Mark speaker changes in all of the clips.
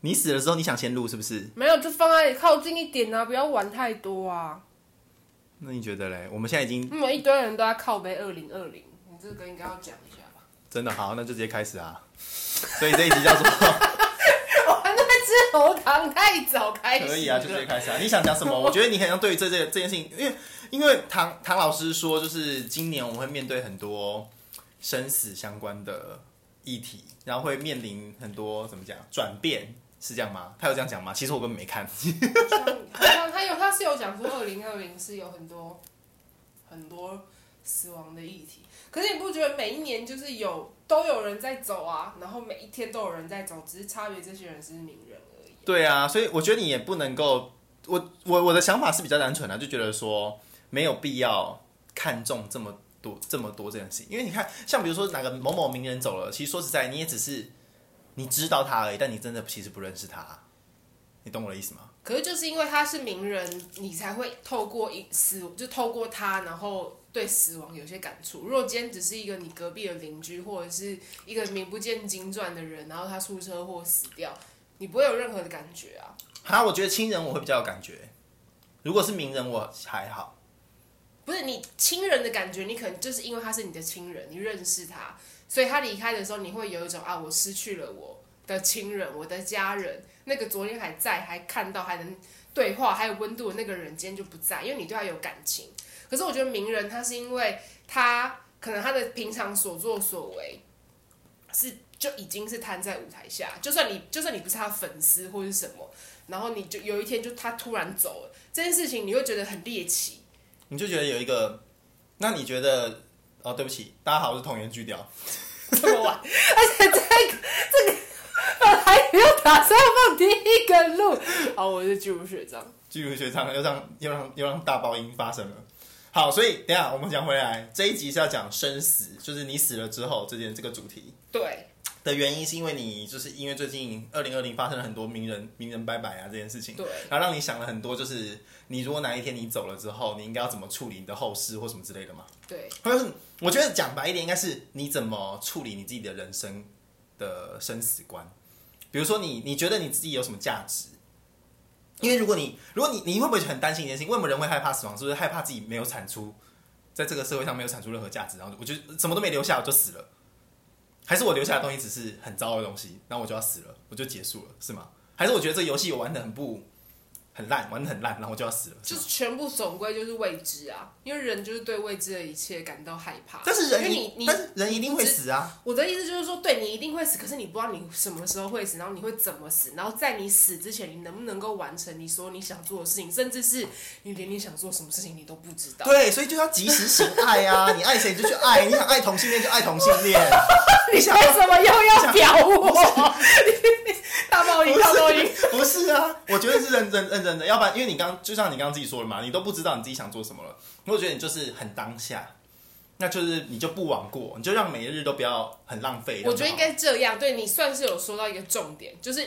Speaker 1: 你死的时候你想先录是不是？
Speaker 2: 没有，就放在靠近一点啊，不要玩太多啊。
Speaker 1: 那你觉得嘞？我们现在已经
Speaker 2: 嗯，一堆人都在靠背二零二零，你这个应该要讲一下吧？
Speaker 1: 真的好，那就直接开始啊。所以这一集叫做
Speaker 2: 我那吃喉糖太早开始，
Speaker 1: 可以啊，就直接开始啊。你想讲什么？我觉得你好像对于这这这件事情，因为因为唐唐老师说，就是今年我们会面对很多生死相关的议题，然后会面临很多怎么讲转变，是这样吗？他有这样讲吗？其实我根本没看。
Speaker 2: 他他有他是有讲说二零二零是有很多很多死亡的议题，可是你不觉得每一年就是有都有人在走啊，然后每一天都有人在走，只是差别这些人是名人而已。
Speaker 1: 对啊，所以我觉得你也不能够，我我我的想法是比较单纯的、就觉得说没有必要看重这么多这么多这件事情，因为你看，像比如说哪个某某名人走了，其实说实在，你也只是你知道他而已，但你真的其实不认识他，你懂我的意思吗？
Speaker 2: 可是就是因为他是名人，你才会透过一死，就透过他，然后对死亡有些感触。如果今天只是一个你隔壁的邻居，或者是一个名不见经传的人，然后他出车祸死掉，你不会有任何的感觉啊。
Speaker 1: 哈，我觉得亲人我会比较有感觉，如果是名人我还好。
Speaker 2: 不是你亲人的感觉，你可能就是因为他是你的亲人，你认识他，所以他离开的时候，你会有一种啊，我失去了我的亲人，我的家人，那个昨天还在，还看到，还能对话，还有温度的那个人，今天就不在，因为你对他有感情。可是我觉得名人他是因为他可能他的平常所作所为是就已经是摊在舞台下，就算你就算你不是他粉丝或是什么，然后你就有一天就他突然走了，这件事情你会觉得很猎奇。
Speaker 1: 你就觉得有一个，那你觉得哦，对不起，大家好，我是童颜巨雕。
Speaker 2: 这么晚，而且这个这个本来没有打算放第一个录，好，哦我是巨乳学长，
Speaker 1: 巨乳学长又让又让又让大爆音发生了。好，所以等一下我们讲回来，这一集是要讲生死，就是你死了之后这件这个主题
Speaker 2: 对，
Speaker 1: 的原因，是因为你就是因为最近二零二零发生了很多名人名人拜拜啊这件事情，
Speaker 2: 对
Speaker 1: 然后让你想了很多，就是你如果哪一天你走了之后，你应该要怎么处理你的后事或什么之类的嘛。
Speaker 2: 对，
Speaker 1: 或者是我觉得讲白一点，应该是你怎么处理你自己的人生的生死观。比如说你，你觉得你自己有什么价值？因为如果你，如果你，你会不会很担心一件事情？为什么人会害怕死亡？是不是害怕自己没有产出，在这个社会上没有产出任何价值？然后我就什么都没留下，我就死了？还是我留下的东西只是很糟的东西，然后我就要死了，我就结束了，是吗？还是我觉得这游戏我玩的很不很烂，玩的很烂，然后我就要死了？是
Speaker 2: 就
Speaker 1: 吗
Speaker 2: 是全部总归就是未知啊，因为人就是对未知的一切感到害怕。
Speaker 1: 但是
Speaker 2: 因
Speaker 1: 人
Speaker 2: 为
Speaker 1: 一，
Speaker 2: 你你
Speaker 1: 但是人一定会
Speaker 2: 你只
Speaker 1: 死啊！
Speaker 2: 我的意思就是说，对你一定会死，可是你不知道你什么时候会死，然后你会怎么死，然后在你死之前，你能不能够完成你所有你想做的事情，甚至是你连你想做什么事情你都不知道。
Speaker 1: 对，所以就要及时行爱 啊！你爱谁就去爱，你想爱同性恋就爱同性恋。
Speaker 2: 你为什么又要表我？大 爆音，大爆音！
Speaker 1: 不是啊，我觉得是认真认真的，要不然因为你刚就像你刚刚自己说了嘛，你都不知道你自己想做什么了。我觉得你就是很当下，那就是你就不枉过，你就让每一日都不要很浪费。
Speaker 2: 我觉得应
Speaker 1: 这样
Speaker 2: 该这样，对你算是有说到一个重点，就是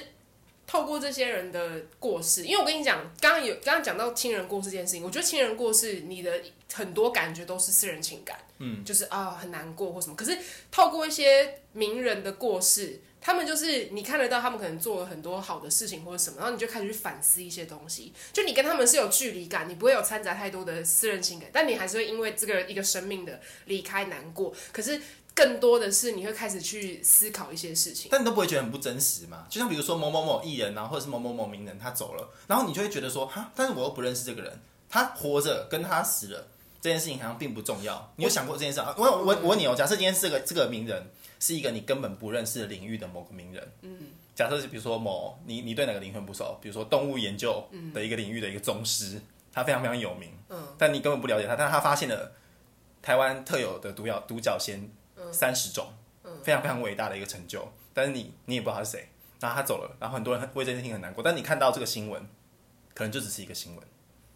Speaker 2: 透过这些人的过世，因为我跟你讲，刚刚有刚刚讲到亲人过世这件事情，我觉得亲人过世，你的很多感觉都是私人情感，嗯，就是啊很难过或什么。可是透过一些名人的过世，他们就是你看得到他们可能做了很多好的事情或者什么，然后你就开始去反思一些东西。就你跟他们是有距离感，你不会有掺杂太多的私人情感，但你还是会因为这个一个生命的离开难过。可是更多的是你会开始去思考一些事情。
Speaker 1: 但你都不会觉得很不真实嘛？就像比如说某某某艺人啊，或者是某某某名人他走了，然后你就会觉得说哈，但是我又不认识这个人，他活着跟他死了这件事情好像并不重要。你有想过这件事啊？我我我问你哦，假设今天这个这个名人是一个你根本不认识的领域的某个名人，嗯，假设是比如说某你你对哪个灵魂不熟，比如说动物研究的一个领域的一个宗师，他非常非常有名，嗯，但你根本不了解他，但是他发现了台湾特有的独角独角仙三十种。非常非常伟大的一个成就，但是你你也不知道他是谁，然后他走了，然后很多人很为这件事情很难过，但你看到这个新闻，可能就只是一个新闻，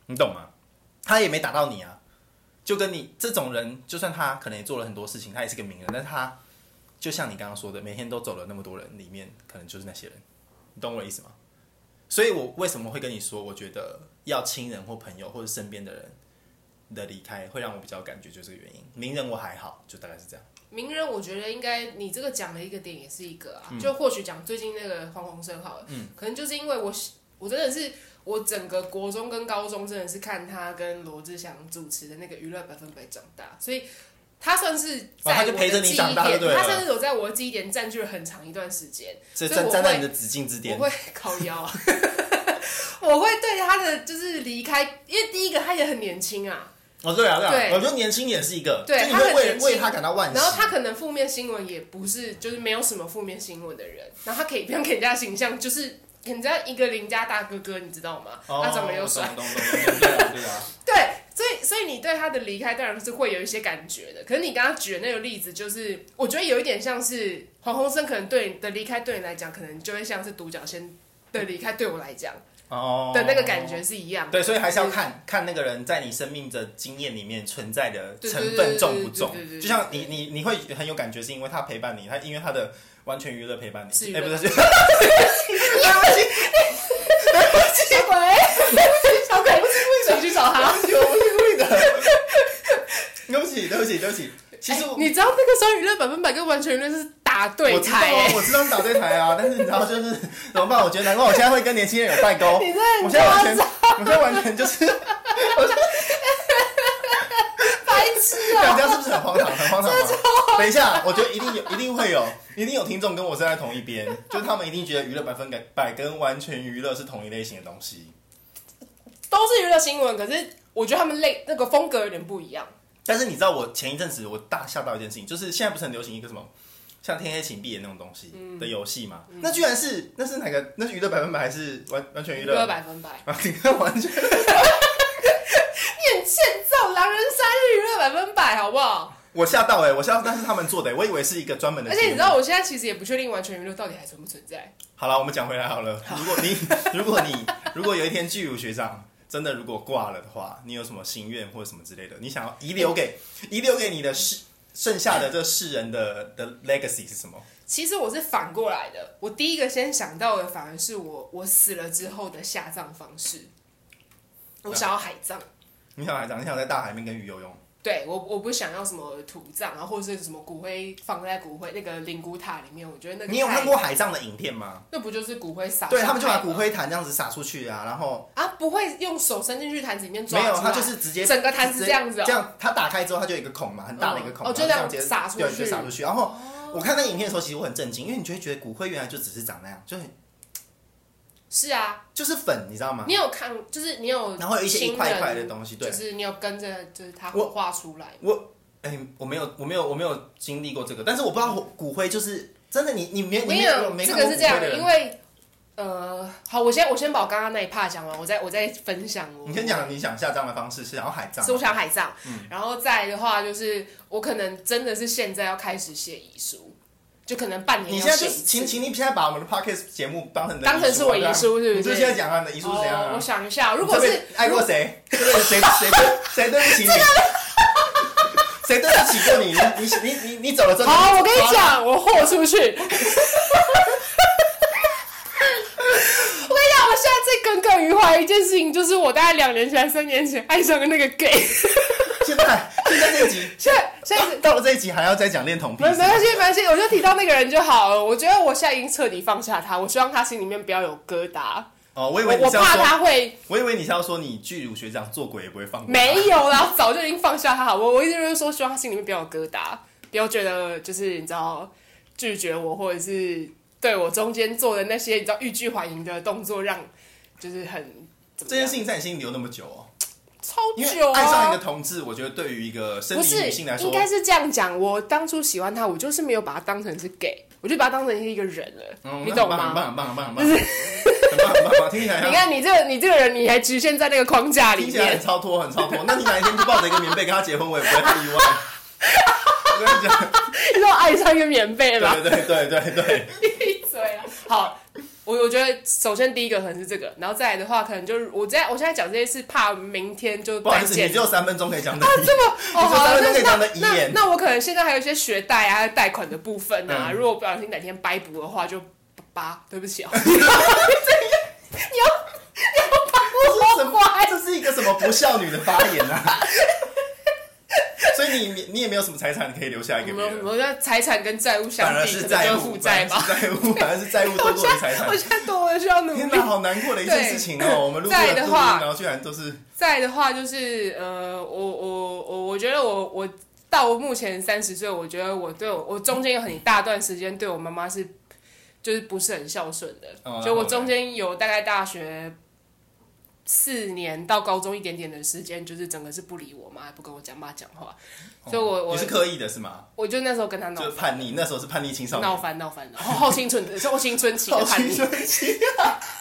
Speaker 1: 你懂吗？他也没打到你啊，就跟你这种人，就算他可能也做了很多事情，他也是个名人，但是他就像你刚刚说的，每天都走了那么多人，里面可能就是那些人，你懂我的意思吗？所以我为什么会跟你说，我觉得要亲人或朋友或者身边的人的离开，会让我比较有感觉，就是这个原因。名人我还好，就大概是这样。
Speaker 2: 名人，我觉得应该你这个讲的一个点也是一个
Speaker 1: 嗯
Speaker 2: 啊，就或许讲最近那个黄鸿升好了，可能就是因为我喜我真的是我整个国中跟高中真的是看他跟罗志祥主持的那个娱乐百分百长大，所以他算是
Speaker 1: 哦他
Speaker 2: 在
Speaker 1: 就
Speaker 2: 我
Speaker 1: 陪着
Speaker 2: 的
Speaker 1: 你
Speaker 2: 记忆
Speaker 1: 长大就对
Speaker 2: 点，
Speaker 1: 了啊
Speaker 2: 他算是有在我的记忆点占据了很长一段时间。
Speaker 1: 所以
Speaker 2: 所以
Speaker 1: 站
Speaker 2: 我
Speaker 1: 站在
Speaker 2: 会
Speaker 1: 你的指境之巅
Speaker 2: 我，会靠腰啊， 我会对他的就是离开，因为第一个他也很年轻啊，
Speaker 1: 哦，对啊，对啊，
Speaker 2: 对
Speaker 1: 我觉得年轻也是一个，
Speaker 2: 对
Speaker 1: 就你
Speaker 2: 他
Speaker 1: 会
Speaker 2: 很
Speaker 1: 为
Speaker 2: 年轻
Speaker 1: 为他感到惋惜。
Speaker 2: 然后他可能负面新闻也不是，就是没有什么负面新闻的人，然后他可以不用给人家形象，就是人家一个邻家大哥哥，你知道吗？
Speaker 1: 哦
Speaker 2: 他长得又帅，
Speaker 1: 懂懂懂懂，对啊对啊，
Speaker 2: 对，所以所以你对他的离开当然是会有一些感觉的。可是你刚刚举的那个例子，就是我觉得有一点像是黄鸿升，可能对你的离开对你来讲，可能就会像是独角仙的离开对我来讲
Speaker 1: 哦
Speaker 2: 的那个感觉。是一样的。
Speaker 1: 对，所以还是要看看那个人在你生命的经验里面存在的
Speaker 2: 对对
Speaker 1: 成
Speaker 2: 对
Speaker 1: 分
Speaker 2: 对
Speaker 1: 重不
Speaker 2: 对
Speaker 1: 重
Speaker 2: 对对。对
Speaker 1: 就像
Speaker 2: 对
Speaker 1: 你你你会很有感觉，是因为他陪伴你，他因为他的完全娱乐陪伴
Speaker 2: 是
Speaker 1: 你，
Speaker 2: 娱
Speaker 1: 哎，
Speaker 2: 乐
Speaker 1: 不是，是
Speaker 2: 小鬼，小鬼，请去找他。
Speaker 1: 对不起对不起对不起。其实我
Speaker 2: 哎你知道那个时候娱乐百分百跟完全娱乐是打对
Speaker 1: 我知道啊
Speaker 2: 台、欸，
Speaker 1: 我知道你打对台啊，但是你知道就是怎么办？我觉得难怪我现在会跟年轻人有代沟。
Speaker 2: 你真的
Speaker 1: 我现在完
Speaker 2: 很
Speaker 1: 全，
Speaker 2: 夸张，
Speaker 1: 我现在完全 就是，
Speaker 2: 白痴
Speaker 1: 人
Speaker 2: 啊！
Speaker 1: 家是不是很荒唐？很荒唐吗？等一下，我觉得一定有，一定会有，一定有听众跟我站在同一边，就是他们一定觉得娱乐百分百跟完全娱乐是同一类型的东西。
Speaker 2: 都是娱乐新闻，可是我觉得他们类那个风格有点不一样。
Speaker 1: 但是你知道，我前一阵子我大吓到一件事情，就是现在不是很流行一个什么像天黑请闭眼那种东西
Speaker 2: 嗯
Speaker 1: 的游戏嘛？那居然是那是哪个？那是娱乐百分百还是完完全娱
Speaker 2: 娱
Speaker 1: 乐？
Speaker 2: 乐百分百，
Speaker 1: 啊，你看完全
Speaker 2: 你很欠揍！狼人杀是娱乐百分百，好不好？
Speaker 1: 我吓到哎、欸，我吓到，但是他们做的、欸，我以为是一个专门的。
Speaker 2: 而且你知道，，我现在其实也不确定完全娱乐到底还存不存在。
Speaker 1: 好了，我们讲回来好了。如果你 如果你如果有一天巨乳学长真的如果挂了的话，你有什么心愿或者什么之类的，你想要遗留给
Speaker 2: 嗯
Speaker 1: 遗留给你的世剩下的这世人的的 legacy 是什么？
Speaker 2: 其实我是反过来的，我第一个先想到的反而是我我死了之后的下葬方式，我想要海葬。
Speaker 1: 你想来讲，你想在大海里面跟鱼游泳？
Speaker 2: 对我，我不想要什么土葬啊，或者是什么骨灰放在骨灰那个灵骨塔里面。我觉得那个
Speaker 1: 你有
Speaker 2: 太
Speaker 1: 看过？海葬的影片吗？
Speaker 2: 那不就是骨灰撒上来吗？
Speaker 1: 对他们就把骨灰坛这样子撒出去啊，然后
Speaker 2: 啊，不会用手伸进去坛子里面抓
Speaker 1: 没有，
Speaker 2: 出来
Speaker 1: 他就是直接
Speaker 2: 啊整个坛子这样子哦
Speaker 1: 这样它打开之后，它就有一个孔嘛，很大的一个孔，
Speaker 2: 嗯哦就
Speaker 1: 然后
Speaker 2: 这样
Speaker 1: 直接
Speaker 2: 撒出
Speaker 1: 对，
Speaker 2: 去哦
Speaker 1: 就撒出去。然后我看那个影片的时候，其实我很震惊，因为你就会觉得骨灰原来就只是长那样，就很
Speaker 2: 是啊，
Speaker 1: 就是粉，你知道吗
Speaker 2: 你？有看，就是你有，
Speaker 1: 然后有一些一块一块的东西，对
Speaker 2: 就。是你有跟着，就是它
Speaker 1: 我
Speaker 2: 画出来。
Speaker 1: 哎、我没有，我没有，我没有经历过这个，但是我不知道骨灰就是真的你，你没有，
Speaker 2: 我
Speaker 1: 你没
Speaker 2: 跟你
Speaker 1: 有
Speaker 2: 讲，
Speaker 1: 没
Speaker 2: 这
Speaker 1: 看过
Speaker 2: 个
Speaker 1: 骨
Speaker 2: 是
Speaker 1: 灰
Speaker 2: 这样
Speaker 1: 的
Speaker 2: 的，因
Speaker 1: 人。
Speaker 2: 为呃，好，我先我先把我刚刚那一 part 讲完，我再我再分享我。
Speaker 1: 你先讲你想下葬的方式是然后海葬嗯
Speaker 2: 是，我想海葬，然后再的话就是我可能真的是现在要开始写遗书，就可能半年
Speaker 1: 你
Speaker 2: 要
Speaker 1: 现在
Speaker 2: 写
Speaker 1: 就
Speaker 2: 一
Speaker 1: 是请
Speaker 2: 次。
Speaker 1: 请你现在把我们的 podcast 节目当成你的
Speaker 2: 当成
Speaker 1: 遗
Speaker 2: 是
Speaker 1: 啊
Speaker 2: 我
Speaker 1: 对啊
Speaker 2: 遗书是不
Speaker 1: 你就是现在讲啊，你的遗书是怎样、啊
Speaker 2: 哦，我想一下，如果
Speaker 1: 你这
Speaker 2: 是
Speaker 1: 辈子爱过谁，对不对？谁谁对谁对 不起你？谁对不起过你？你你你你你走了之后，
Speaker 2: 好，我跟你，讲，我豁出 去。我跟你讲，我现在最耿耿于怀的一件事情，就是我大概两年前、三年前爱上了那个 gay。
Speaker 1: 现在现在这一集，
Speaker 2: 现在现在是
Speaker 1: 到了这一集还要再讲恋童癖
Speaker 2: 没
Speaker 1: 是
Speaker 2: 没
Speaker 1: 吗，
Speaker 2: 关系，没关系，我就提到那个人就好了。我觉得我现在已经彻底放下他，我希望他心里面不要有 疙瘩。
Speaker 1: 哦，我以
Speaker 2: 我
Speaker 1: 为你
Speaker 2: 我
Speaker 1: 是要
Speaker 2: 怕
Speaker 1: 说，
Speaker 2: 他会
Speaker 1: 我以为你是要说你巨乳学长做鬼也不会放过，
Speaker 2: 没有啦，早就已经放下他。我我一直就是说，希望他心里面不要有疙瘩，不要觉得就是你知道拒绝我，或者是对我中间做的那些你知道欲拒还迎的动作，让就是很怎么
Speaker 1: 这件
Speaker 2: 样
Speaker 1: 事情在你心里留那么久哦，
Speaker 2: 超
Speaker 1: 因
Speaker 2: 久
Speaker 1: 为
Speaker 2: 啊。
Speaker 1: 爱上一个同志，我觉得对于一个生
Speaker 2: 不
Speaker 1: 理
Speaker 2: 是，
Speaker 1: 女性来说
Speaker 2: 应，该是这样讲。我当初喜欢他，我就是没有把他当成是 gay，我就把他当成是一个人了，
Speaker 1: 嗯
Speaker 2: 你懂
Speaker 1: 很
Speaker 2: 吗？
Speaker 1: 棒很棒很棒很棒很棒，很棒很棒很棒，听起来像
Speaker 2: 你看你这个你这个人，你还局限在那个框架里
Speaker 1: 听起来
Speaker 2: 面
Speaker 1: 很。超脱，很超脱。那你哪一天就抱着一个棉被跟他结婚，我也不会太意外。我跟你讲，
Speaker 2: 你说爱上一个棉被吧？
Speaker 1: 对对对对对，
Speaker 2: 闭嘴啊！好，我我觉得首先第一个可能是这个，然后再来的话，可能就是我在我现在讲这些是怕明天就
Speaker 1: 不好
Speaker 2: 再
Speaker 1: 意思，你
Speaker 2: 见
Speaker 1: 只。有三分钟可以讲的。
Speaker 2: 哦，
Speaker 1: 你说
Speaker 2: 好
Speaker 1: 三
Speaker 2: 了，
Speaker 1: 分钟可
Speaker 2: 那
Speaker 1: 以讲
Speaker 2: 那
Speaker 1: 的遗
Speaker 2: 那
Speaker 1: 言
Speaker 2: 那我可能现在还有一些学贷啊、贷款的部分啊，
Speaker 1: 嗯
Speaker 2: 如果不小心哪天掰补的话，就八，对 不起啊。
Speaker 1: 这是什么？这是一个什么不孝女的发言啊？所以是你你也没有什么财产可以留下来给
Speaker 2: 我
Speaker 1: 别
Speaker 2: 们我
Speaker 1: 人，
Speaker 2: 们要财产跟债务相
Speaker 1: 反而
Speaker 2: 比，
Speaker 1: 是
Speaker 2: 可
Speaker 1: 债
Speaker 2: 能就
Speaker 1: 务，
Speaker 2: 负债吧。
Speaker 1: 反而是债务，反而是债务多过于财产
Speaker 2: 我。现在懂了，需要努
Speaker 1: 天
Speaker 2: 力
Speaker 1: 哪，。好难过的一件事情哦！我们录了
Speaker 2: 在
Speaker 1: 录
Speaker 2: 的
Speaker 1: 音，
Speaker 2: 话
Speaker 1: 然后居然都是
Speaker 2: 再的话就是，呃，我我我我觉得我我到目前三十岁，我觉得我对我我中间有很一大段时间对我妈妈是就是不是很孝顺的，
Speaker 1: 哦
Speaker 2: 就
Speaker 1: 然
Speaker 2: 我
Speaker 1: 后嘞
Speaker 2: 中间有大概大学四年到高中一点点的时间，就是整个是不理我妈，也不跟我讲妈讲话，所以我我
Speaker 1: 哦你是刻意的是吗？
Speaker 2: 我就那时候跟她闹
Speaker 1: 就是叛逆，那时候是叛逆青少
Speaker 2: 闹
Speaker 1: 年，
Speaker 2: 翻闹翻，然后后青春的后青春期
Speaker 1: 好
Speaker 2: 的叛
Speaker 1: 青
Speaker 2: 逆，
Speaker 1: 春期。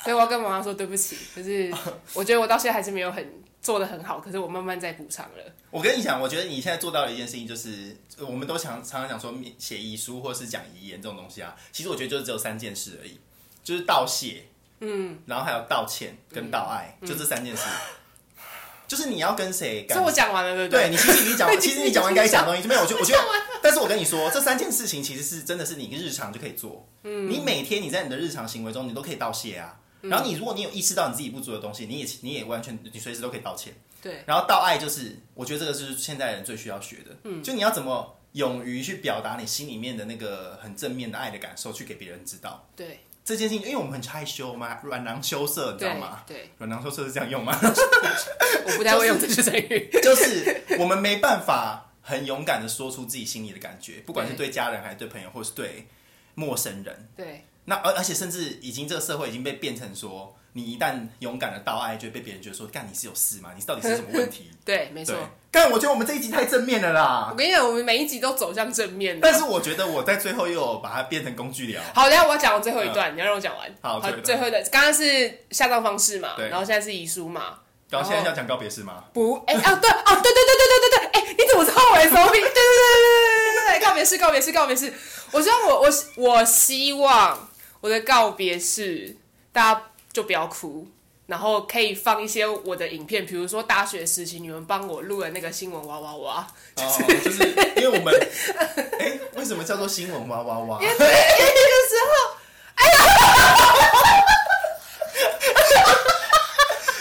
Speaker 2: 所以我要跟妈妈说对不起，就是我觉得我到现在还是没有很做的很好，可是我慢慢在补偿了。
Speaker 1: 我跟你讲，我觉得你现在做到的一件事情就是，呃我们都常常常讲说写遗书或是讲遗言这种东西啊，其实我觉得就只有三件事而已，就是道谢，嗯，然后还有道歉跟道爱，就这三件 事。就是你要跟谁感
Speaker 2: 嗯所以我讲完了，对不
Speaker 1: 对你其实你 讲，其实你讲完该讲的东西，没有，我觉得我觉得
Speaker 2: 讲完，
Speaker 1: 但是我跟你说，这三件事情其实是真的是你日常就可以做，嗯，你每天你在你的日常行为中，你都可以道谢啊。
Speaker 2: 嗯
Speaker 1: 然后你如果你有意识到你自己不足的东西，你也你也完全你随时都可以道歉。
Speaker 2: 对，
Speaker 1: 然后道爱就是，我觉得这个是现代人最需要学的，嗯，就你要怎么勇于去表达你心里面的那个很正面的爱的感受，去给别人知道
Speaker 2: 对
Speaker 1: 这件事情，因为我们很害羞嘛，软囊羞涩，你知道
Speaker 2: 对
Speaker 1: 吗？
Speaker 2: 对，
Speaker 1: 软囊羞涩是这样用吗？
Speaker 2: 我不太会用这句成语。
Speaker 1: 就是我们没办法很勇敢的说出自己心里的感觉，不管是对家人还是对朋友，或是对陌生人。
Speaker 2: 对
Speaker 1: 那而而且甚至已经这个社会已经被变成说，你一旦勇敢的道爱，就会被别人觉得说，干你是有事吗？你到底是什么问题？
Speaker 2: 对，没错
Speaker 1: 对。，但我觉得我们这一集太正面了
Speaker 2: 我
Speaker 1: 啦。
Speaker 2: 跟你讲，我们每一集都走向正面的。
Speaker 1: 但是我觉得我在最后又有把它变成工具聊，
Speaker 2: 好，等一下我要讲完最后一段，你要让我讲完。
Speaker 1: 好最后一段
Speaker 2: 最后一段，刚刚是下葬方式嘛，
Speaker 1: 对
Speaker 2: 然后现在是遗书嘛。
Speaker 1: 然后现在要讲告别式吗？
Speaker 2: 不，哎、啊，对，哦，对对对对对对对，哎、你怎么知道我 SOP？对对对对对对对，告别式，告别式，告别式。我希望我我我希望我的告别式，大家就不要哭，然后可以放一些我的影片，比如说大学时期你们帮我录的那个新闻哇哇哇，
Speaker 1: 哦， 就是因为我们，哎，为什么叫做新闻哇哇哇？
Speaker 2: 那个时候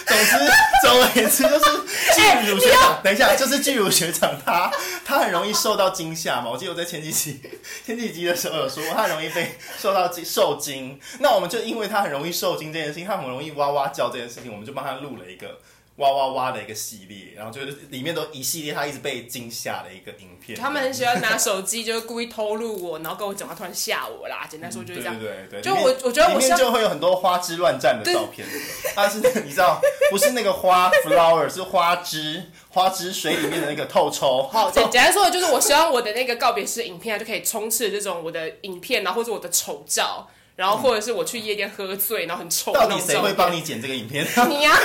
Speaker 1: 总之，总而言之就是巨乳学长。等一下，就是巨乳学长他他很容易受到惊吓嘛。我记得我在前几集前几集的时候有说过，他很容易被受到惊受惊。那我们就因为他很容易受惊这件事情，他很容易哇哇叫这件事情，我们就帮他录了一个。哇哇哇的一个系列，然后就是里面都一系列他一直被惊吓的一个影片。
Speaker 2: 他们很喜欢拿手机，就是故意偷录我，然后跟我讲话，突然吓我啦。简单说就是
Speaker 1: 对
Speaker 2: 这样。
Speaker 1: 嗯对对对，
Speaker 2: 就
Speaker 1: 里面
Speaker 2: 我我觉得我
Speaker 1: 里面
Speaker 2: 像
Speaker 1: 就会有很多花枝乱颤的照片，它是那个你知道，不是那个花 flower，是花枝，花枝水里面的那个透抽。
Speaker 2: 好，简简单说的就是，我希望我的那个告别式影片啊，就可以充斥这种我的影片，然后或者我的丑照，然后或者是我去夜店喝醉，然后很丑的
Speaker 1: 到
Speaker 2: 那
Speaker 1: 底
Speaker 2: 种
Speaker 1: 谁
Speaker 2: 照
Speaker 1: 会
Speaker 2: 片。
Speaker 1: 帮你剪这个影片？
Speaker 2: 你啊 呀、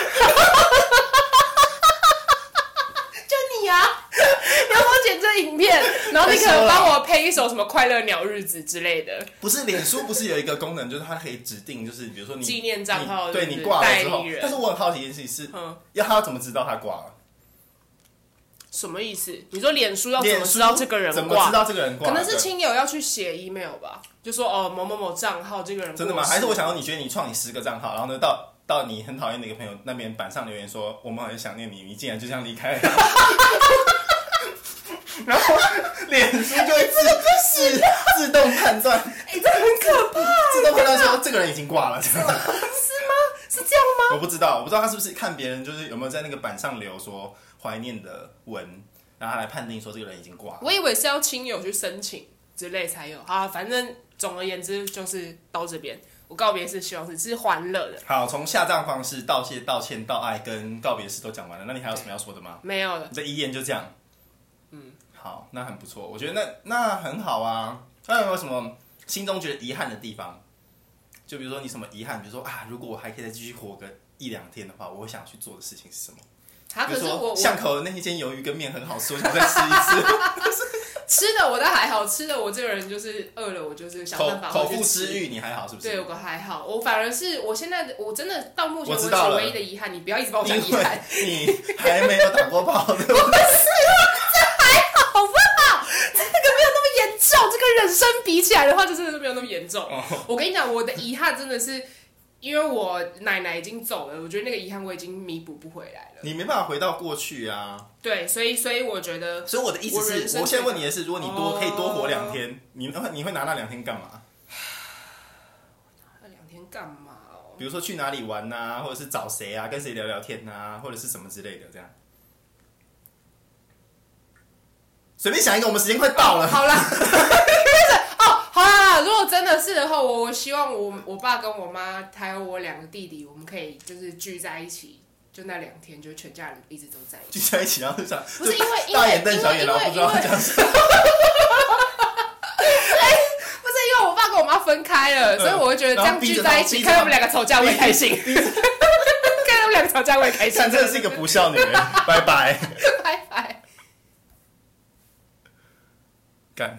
Speaker 2: 就你呀、你要帮我剪这影片，然后你可能帮我配一首什么《快乐鸟日子》之类的。
Speaker 1: 不是脸书不是有一个功能，就是它可以指定，就是比如说你
Speaker 2: 纪念账号
Speaker 1: 你
Speaker 2: 是
Speaker 1: 对
Speaker 2: 不是
Speaker 1: 你挂了之后
Speaker 2: 代理人，
Speaker 1: 但是我很好奇一件事情是
Speaker 2: 嗯，
Speaker 1: 要他要怎么知道他挂了？
Speaker 2: 什么意思？你说脸书要怎
Speaker 1: 脸
Speaker 2: 么
Speaker 1: 书
Speaker 2: 知道这个人
Speaker 1: 怎么
Speaker 2: 挂
Speaker 1: 知？道这个人挂
Speaker 2: 可
Speaker 1: 了？
Speaker 2: 能是
Speaker 1: 对
Speaker 2: 亲友要去写 email 吧，就说哦某某某账号这个人
Speaker 1: 真的吗？
Speaker 2: 过世
Speaker 1: 还是我想要你觉得你创你十个账号，然后呢到到你很讨厌的一个朋友那边板上留言说我们很想念你，你竟然就这样离开了， 然后脸书就会自自自动判断，
Speaker 2: 哎、这很可怕，
Speaker 1: 自动判断说这个人已经挂了。这样
Speaker 2: 是这样吗？
Speaker 1: 我不知道，我不知道他是不是看别人就是有没有在那个板上留说怀念的文，然后他来判定说这个人已经挂了。
Speaker 2: 我以为是要亲友去申请之类才有啊，反正总而言之就是到这边。我告别是希望是是欢乐的，
Speaker 1: 好，从下葬方式、道谢、道歉、道爱跟告别式都讲完了，那你还有什么要说的吗？
Speaker 2: 没有了。
Speaker 1: 你的遗言就这样。嗯，好，那很不错，我觉得那那很好啊。那有没有什么心中觉得遗憾的地方？就比如说你什么遗憾，比如说啊，如果我还可以再继续活个一两天的话，我会想去做的事情是什么？
Speaker 2: 他、
Speaker 1: 比
Speaker 2: 啊可
Speaker 1: 如
Speaker 2: 是我
Speaker 1: 说
Speaker 2: 我
Speaker 1: 巷口的那一间鱿鱼跟面很好吃，我想再吃一次。
Speaker 2: 吃的我倒还好，吃的我这个人就是饿了，我就是 想
Speaker 1: 口
Speaker 2: 办法
Speaker 1: 口
Speaker 2: 回去
Speaker 1: 腹
Speaker 2: 吃
Speaker 1: 之。欲，你还好是不
Speaker 2: 对，
Speaker 1: 是
Speaker 2: 我？还好，我反而是我现在的我真的到目前
Speaker 1: 我知
Speaker 2: 为
Speaker 1: 道
Speaker 2: 止
Speaker 1: 了
Speaker 2: 唯一的遗憾，你不要一直帮我
Speaker 1: 因
Speaker 2: 讲
Speaker 1: 为
Speaker 2: 遗憾，
Speaker 1: 你还没有打过炮，对不对？
Speaker 2: 好不好？这个没有那么严
Speaker 1: 哦
Speaker 2: 重，这跟人生比起来的话，就真的是没有那么严重。我跟你讲，我的遗憾真的是因为我奶奶已经走了，我觉得那个遗憾我已经弥补不回来了。
Speaker 1: 你没办法回到过去啊。
Speaker 2: 对，所以所以我觉得
Speaker 1: 所以我的意思
Speaker 2: 我人
Speaker 1: 是，
Speaker 2: 生
Speaker 1: 我现在问你的是，如果你多
Speaker 2: 哦
Speaker 1: 可以多活两天，你你会拿那两天干嘛？
Speaker 2: 那啊两天干嘛哦？
Speaker 1: 比如说去哪里玩呐、或者是找谁啊，跟谁聊聊天呐、或者是什么之类的，这样。随便想一个，我们时间快到了。
Speaker 2: 好啦， 但是哦，好啦，如果真的是的话，我我希望我我爸跟我妈还有我两个弟弟，我们可以就是聚在一起，就那两天就全家人一直都在一起。
Speaker 1: 聚在一起，然后就想，
Speaker 2: 不是因为
Speaker 1: 就
Speaker 2: 因为
Speaker 1: 大眼瞪小眼，
Speaker 2: 因为
Speaker 1: 然后不知道
Speaker 2: 因为
Speaker 1: 讲 什么。
Speaker 2: 不是因为我爸跟我妈分开了，所以我会觉得这
Speaker 1: 嗯然后
Speaker 2: 样
Speaker 1: 逼
Speaker 2: 聚
Speaker 1: 着
Speaker 2: 在
Speaker 1: 他
Speaker 2: 一
Speaker 1: 逼
Speaker 2: 起，
Speaker 1: 着
Speaker 2: 看
Speaker 1: 他
Speaker 2: 他们两个吵架我也开心，看他们两个吵架我也开心
Speaker 1: 看，。真的是一个不孝女人，拜拜，
Speaker 2: 拜拜。
Speaker 1: 干。